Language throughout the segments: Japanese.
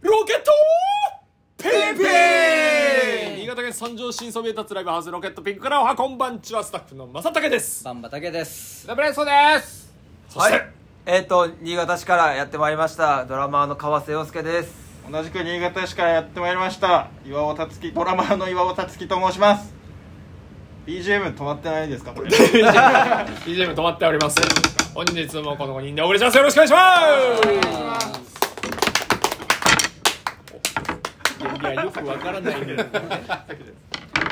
ロケットペイペイ新潟県三条新そびえ立つライブハウスロケットピンクからおはこんばんちはスタッフの正竹ですバンバタケです。ラブレッソですそしはて、い。えっ、と、新潟市からやってまいりました、ドラマーの川瀬洋介です。同じく新潟市からやってまいりました岩尾達樹ドラマーの岩尾達樹と申します BGM 止まってないですかこれ BGM 止まっております本日もこの5人でお送りしますよろしくお願いしますいやよくわからないんだけどね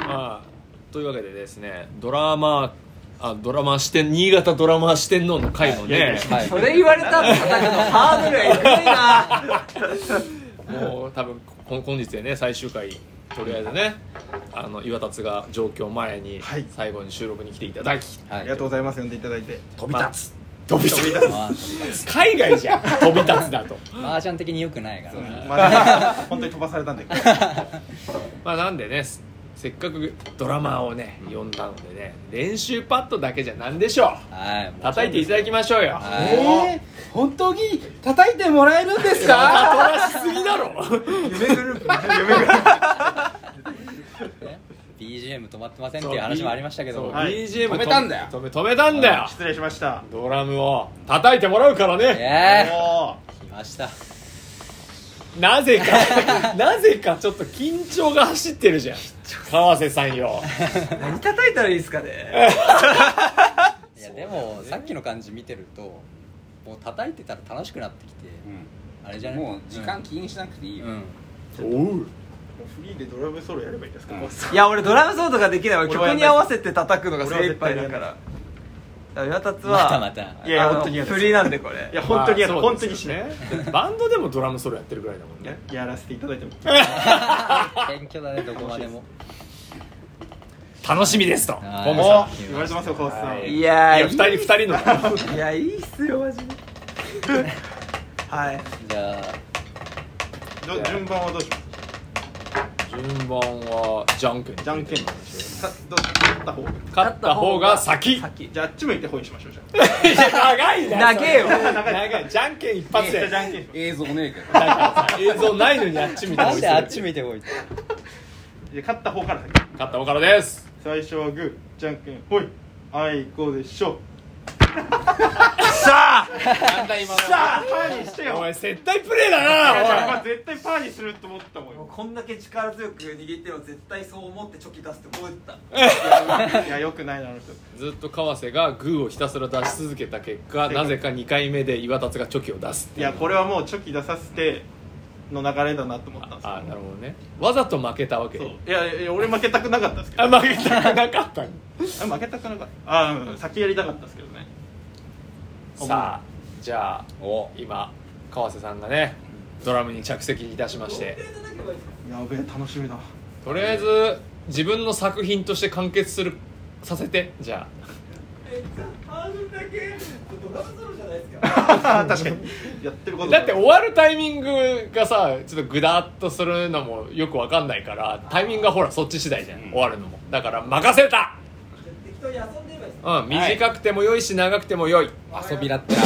まあというわけでですねドラマあドラマ視点新潟ドラマ視点のの回のねはい。それ言われたら、叩くのハードルが低いな。もう多分こ本日でね最終回とりあえずねあの岩達が上京前に、はい最後に収録に来ていただきはありがとうございます呼んでいただいて飛び立つ、飛び立うつ海外じゃん飛び立つだとマージャン的に良くないからな。まあ、本当に飛ばされたんで まあなんでねせせっかくドラマーをね呼んだのでね練習パッドだけじゃなんでしょはい。う叩いていただきましょうよはい本当に叩いてもらえるんですたからしすぎだろ夢グループね BGM 止まってませんっていう話もありましたけどそうも。はい BGM 止めたんだよ止め止めたんだよ失礼しましたドラムを叩いてもらうからねえおーー、来ました。なぜか なぜかちょっと緊張が走ってるじゃん川瀬さんよ何叩いたらいいですかね。いやでもさっきの感じ見てると、もう叩いてたら楽しくなってきて、あれじゃない？もう時間気にしなくていいよ、うん。おうフリーでドラムソロやればいいですか、いや、俺ドラムソードができないわ。俺はやん曲ないに合わせて叩くのが精一杯だ俺かはら。だから岩達または、また。いやいやあの本当に嫌ですフリーなんでこれ。いや本当にやだ、まあ本当にしない、そうですよねバンドでもドラムソロやってるぐらいだもんやねやらせていただいても 謙虚だねどこまでも。楽しみですとはいコムおさん言われてますよ川瀬さん、はいいやいやー、 2人二人のいや、いいっすよ、マジで。はい。じゃあど順番はどうします順番はじゃんけんじゃんけんの話をどう勝った方勝った方が先いや先。じゃああっち向いて方にしましょうじゃ長いな長えよ。長いじゃんけん一発あじでゃんけんしましょ映像ねえけだからさ映像ないのにあっち見てなんであっすちる見てこいって。うじゃあ勝った方から先勝った方からです最初はグーじゃんけんほいあいこうでしょどだ今さあパーにしてよおいい接待プレーやじゃあだまなあ絶対パーにすると思ったもんもうよこんだけ力強く握っても絶対そう思ってチョキ出すって思ったいやよくないなあの人ずっと川瀬がグーをひたすら出し続けた結果なぜか2回目で岩達がチョキを出すっていやこれはもうチョキ出させての流れだなと思ったんですあなるほどねわざと負けたわけよそういやいや俺負けたくなかったんですけどあ負けたくなかったのあ負けたくなかったあうん先やりたかったですけどねさあじゃあ今川瀬さんがねドラムに着席いたしましてやべえ楽しみだとりあえず自分の作品として完結するさせてじゃあハードルだけドラムソロじゃないですかあー 確かにやってることだって終わるタイミングがさちょっとグダッとするのもよくわかんないからタイミングがほらそっち次第じゃん、終わるのもだから任せた適当に遊んでればいいですうん短くても良いし長くても良い遊びだったら。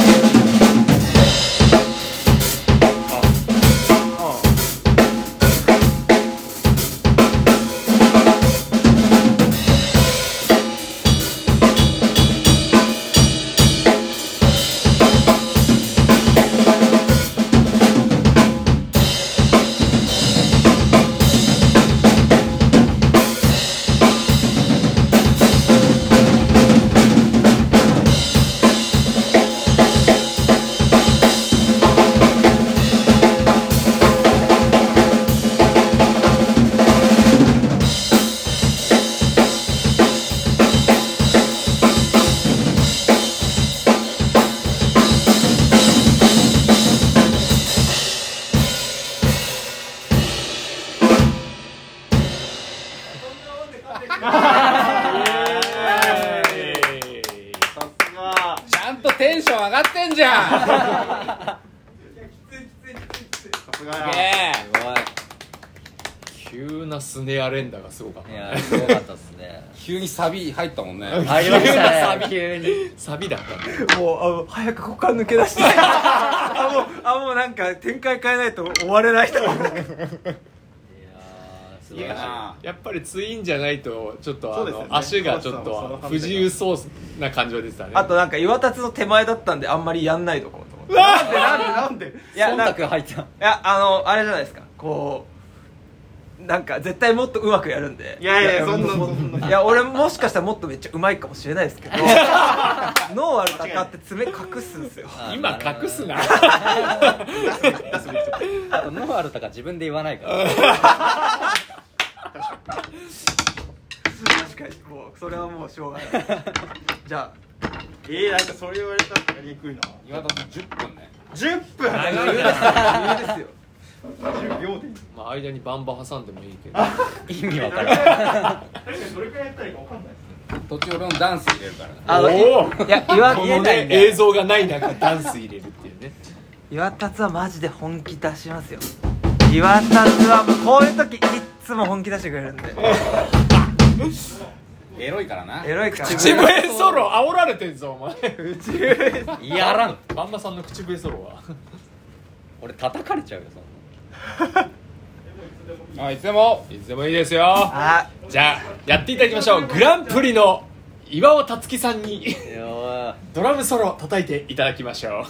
さすがちゃんとテンション上がってんじゃんさすがやねえ急なスネア連打がすごかっすたごい。いやすごかったですね。急にサビ入ったもんね入りましたね。急にサビだったんだよ もうあの早くここから抜け出してあもうあもうなんか展開変えないと終われないと思うやー素晴らしいいややっぱりツインじゃないとちょっとあそうの、ですよね足がちょっそのとその不自由そうな感じは出てたねあとなんか岩立の手前だったんであんまりやんないとこうと思っていーなんでなんでやなん忖かい度入ったやあのあれじゃないですかこうなんか絶対もっとうまくやるんでいやいやそんなそんないや俺もしかしたらもっとめっちゃうまいかもしれないですけ ど脳あるたかって爪隠すんですよあー今なるほど隠すなあとノーアルとか自分で言わないから確かにもうそれはもうしょうが ないじゃえー、なんかそれ言われたらやりにくいな岩田さん10分ね10分長いあな、余裕ですよ10秒でいいまあ、間にバンバン挟んでもいいけど意味わからん確かにどれくらいやったらいいかわかんないですね途中俺のダンス入れるからあのおーいや岩こ言えのないねんだよ映像がない中ダンス入れるっていうね岩達はマジで本気出しますよ岩達はもうこういう時いっつも本気出してくれるんでエロいからなエロいから口笛ソロ煽られてんぞお前やらんバンバさんの口笛ソロは俺叩かれちゃうよそんなあいつでもいつでもいいですよあじゃあやっていただきましょうグランプリの岩尾達樹さんに いやードラムソロ叩いていただきましょう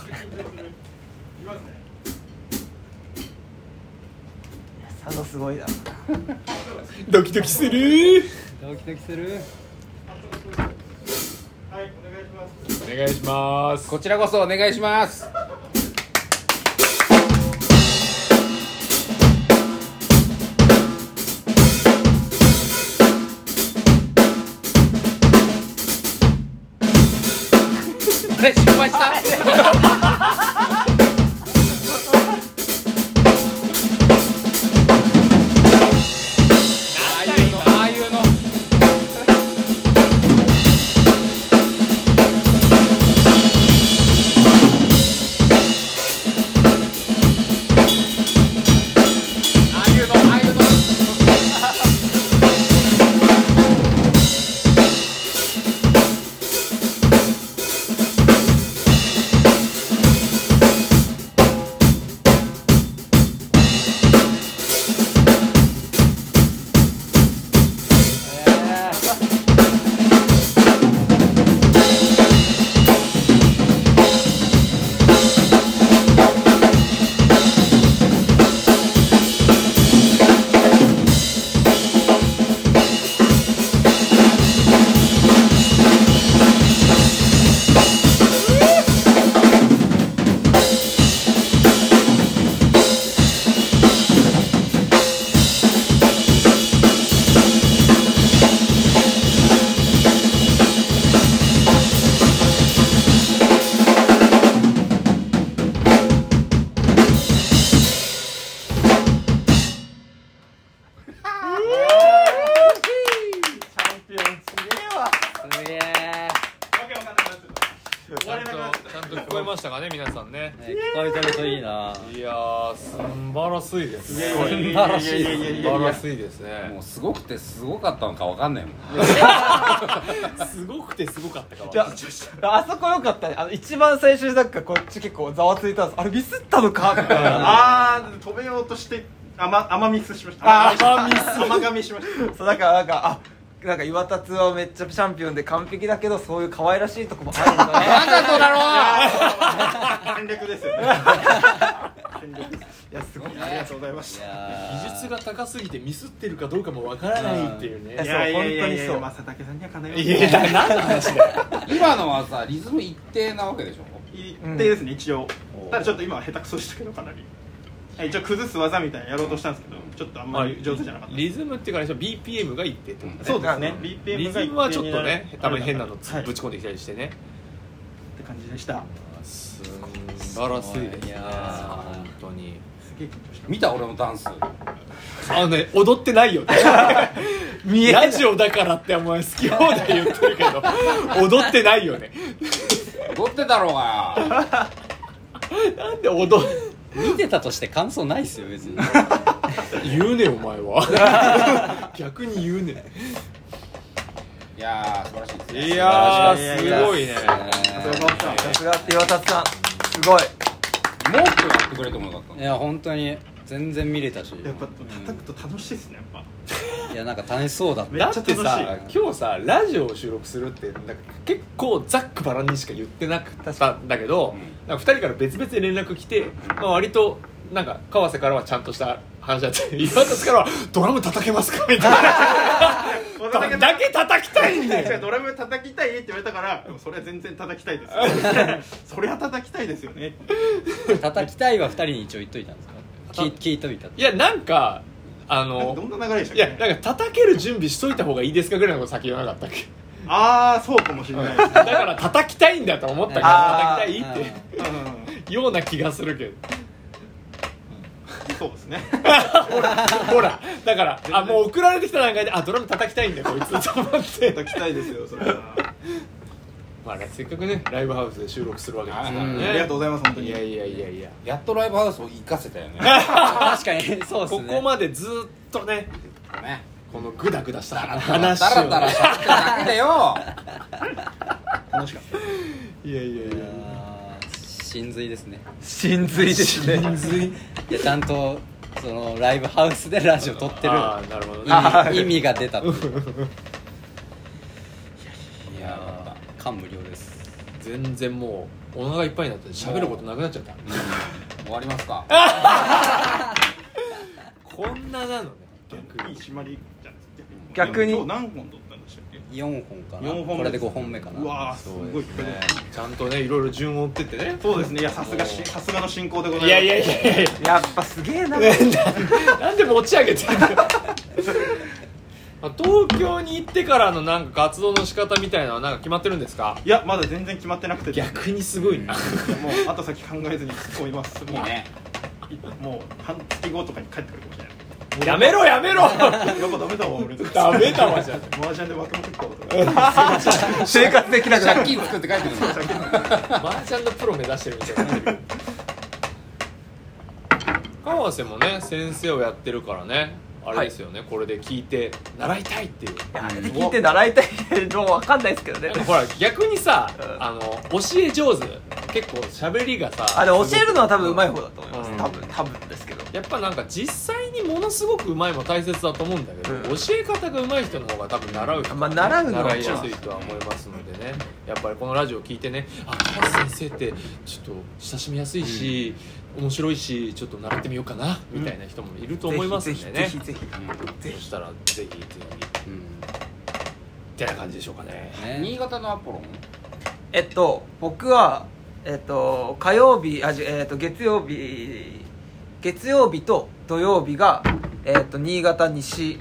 佐野すごいなドキドキするドキドキするはいお願いしますお願いしますこちらこそお願いしますあれ失敗したああいうのああいうのああいうのああいうのすげえちゃんとちゃんと聞こえましたかね皆さんね聞こえてるといいないやー素晴らしいですね素晴らしいいやいやでい素すやい晴らしいですねもうすごくてすごかったのかわかんないもんすごくてすごかったかいやあそこ良かったねあの一番最初なんかこっち結構ざわついたんですあれミスったのかみたい なあー止めようとして甘甘ミスしました甘ミス甘噛みしましそうだからなんかあなんか岩達はめっちゃチャンピオンで完璧だけどそういう可愛らしいとこもあるんだね わざとだろた戦略 ですよね戦略ですいやすごいありがとうございましいたや技術が高すぎてミスってるかどうかもわからないっていうねいいややいやいやいそうや本正竹さんにはかないいや何の話だよ今のはさリズム一定なわけでしょ一定ですね一応ただちょっと今は下手くそでしたけどかなり一応崩す技みたいなのやろうとしたんですけどちょっとあんまり上手じゃなかったリズムっていうか BPM がいいってってことねそうですね BPM リがズムはちょっとね一定にたまるに変なのつはいぶっち込んできたりしてねて感じでした素晴らしいですいねやー本当にすげえ緊張した見た俺のダンスあのね踊ってないよ ね見えないラジオだからってお前好き放題言ってるけど踊ってないよね踊ってたろうがよなんで踊るー見てたとして感想ないっすよ別に言うねお前 は逆に言うね いやー素晴らしいですねいやーーすごいねよかったさすがって岩達さんすごいももっとやってくれてもよかったいや本当に全然見れたしやっぱうん叩くと楽しいですねやっぱいやなんか楽しそうだっためっだちゃっ楽していさ今日さラジオを収録するってなんか結構ざっくばらんにしか言ってなくたんだけど、うんなんか2人から別々で連絡来て、まあ、割となんか川瀬からはちゃんとした話だって岩田からは「ドラム叩けますか?」みたいな「どんだけ叩きたいんだ違うよドラム叩きたいって言われたからでもそれは全然叩きた いですよそりゃ叩きたいですよね叩きたいは2人に一応言っといたんですか聞い聞いといた」いやなんかあどんのな流れでしたっいけやなんか叩ける準備しといた方がいいですかぐらいのこと先言わなかったっけああそうかもしれないですねだから叩きたいんだと思ったからあ叩ーきたいっうんてような気がするけど そうですねほらだからあもう送られてきた段階であドラム叩きたいんだよこいつと思って 叩きたいですよそれはまあねせっかくねライブハウスで収録するわけですからうんねありがとうございます本当にいやいやいやいややっとライブハウスを生かせたよねね 確かにそうですこねこまでずっとねこのグダグダしただら話だらをだらね喋ってだけだ よいやいやいいややー真髄ですね真髄ですね真髄いやちゃんとそのライブハウスでラジオ撮ってるあーなるほどね意味意味が出たっていういやー感無量です全然もうお腹いっぱいになって喋ることなくなっちゃった終わりますかこんななのね逆に締まりじゃないですか逆に今日何本取ったんでしたっけ4本かな四本目これで5本目かなうわーすごいいっぱい出てるちゃんとねいろいろ順を追ってってねそうですねいやさすがしさすがの進行でございますいやいやいやいややっぱすげえな なんで持ち上げてんだよ まあ東京に行ってからのなんか活動の仕方みたいなのはなんか決まってるんですかいやまだ全然決まってなくてですね逆にすごいなもう後先考えずに突っ込みますいいねもう半月後とかに帰ってくるかもしれない やめろやめろ やっぱダメだわ俺ダメだわじゃんマージャンで負けまくったわとか 生活できなくなる借金作って帰ってくるのマージャンのプロ目指してるみたいになってる川瀬もね先生をやってるからねあれですよね、これで聞いて習いたいっていうあれで聞いて習いたいのわかんないですけ どねなんかほら逆にさ、あの教え上手結構喋りがさあれ教えるのは多分上手い方だと思います、うん多分多分ですけどやっぱなんか実際にものすごくうまいも大切だと思うんだけど、うん教え方がうまい人の方が多分習う人まあ習うのは習いやすいとは思いますのでねやっぱりこのラジオ聞いてねあ川瀬先生ってちょっと親しみやすいし、面白いしちょっと習ってみようかなみたいな人もいると思いますんでぜねひ、ぜひぜひぜそひしたらぜひぜひうんってな感じでしょうかねね新潟のアポロンえっと僕はえっと火曜日あじえっと月曜日月曜日と土曜日がえっと新潟西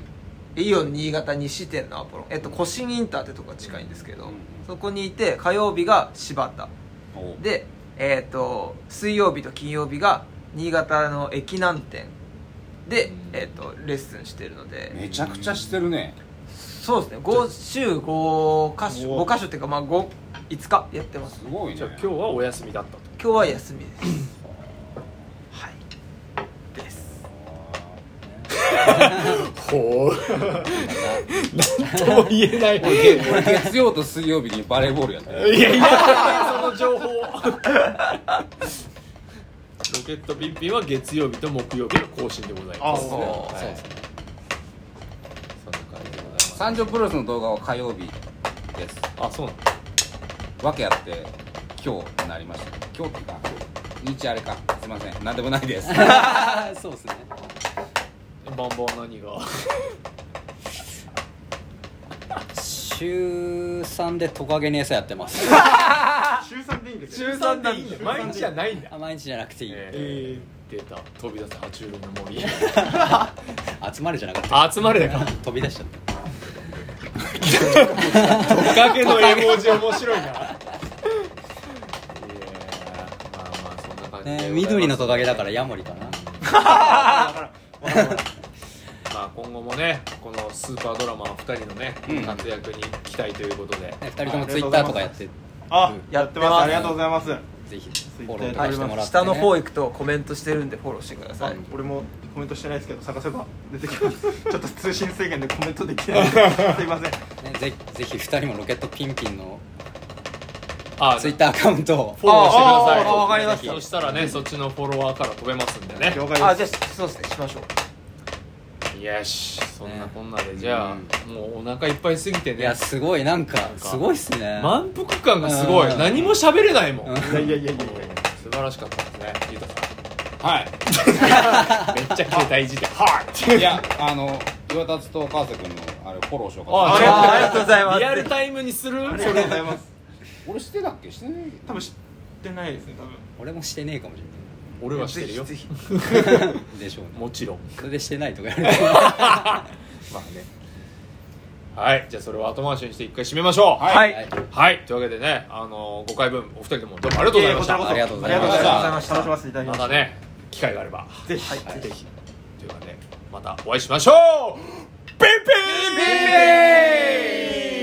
イオン新潟西店のアポロンえっとコシンインターってとこが近いんですけど、うんそこにいて火曜日が柴田おでえっと水曜日と金曜日が新潟の駅南店で、えっとレッスンしてるのでめちゃくちゃしてるねそうですね5週5箇所お5箇所っていうかまあ5 5日やってますすごいねじゃあ今日はお休みだったと今日は休みですはいです ほう何とも言えないい俺月曜と水曜日にバレーボールやってるやいやその情報ロケットピンピンは月曜日と木曜日の更新でございますあそうはいそうですねそんな感じでございます三条プロレスの動画は火曜日ですあそうなん訳あって今日になりました今日っていうか日あれかすいません何でもないですあーそうですねバンバン何が 週3でトカゲに餌やってます 週3でいいんだけど週3でいいんだ 毎日じゃないんだあ毎日じゃなくていい、えー、出た飛び出せ爬虫類の森集まれじゃなかった集まれだから飛び出しちゃった トカゲの絵文字面白いないやーまあまあそんな感じでございますね緑のトカゲだからヤモリかなまあ、今後もねこのスーパードラマー2人のね、うん活躍に期待ということで2人ともツイッターとかやってあうんやってますありがとうございますぜひツイッフォタローーやとておかりしてもらって、まね、下の方行くとコメントしてるんでフォローしてください俺もコメントしてないですけど探せば出てきますちょっと通信制限でコメントできないんですいませんね、ぜぜひ2人もロケットピンピンのあツイッターアカウントをフォローしてくださいあーわかりましたそしたらねそっちのフォロワーから飛べますんでね了あ解じでゃあすそうですねしましょうよしそんなこんなでじゃあ、もうお腹いっぱいすぎていねやすごいなんかすごいっすね満腹感がすごいうん何も喋れないもん、うんいやいやいやいやいや素晴らしかったですねゆうたはいさ んめっちゃ携帯いじって はいいやあの岩達と川瀬君のあれフォローしようかとあ思っあてありがとうございますリアルタイムにするありがとうございます俺してたっけしてない多分知ってないですね多分俺もしてねえかもし 俺はしてるよぜひぜひれないでしょうねもちろんそれでしてないとかやるまあねはいじゃあそれを後回しにして一回締めましょうはい、はいはい、というわけでね、あのー、5回分お二人ともどうもありがとうございましええこちらこたそありがとうございまあしたりがとうございました楽しませていただきまましたたね機会があればぜひはいぜひというわけでまたお会いしましょうピンピン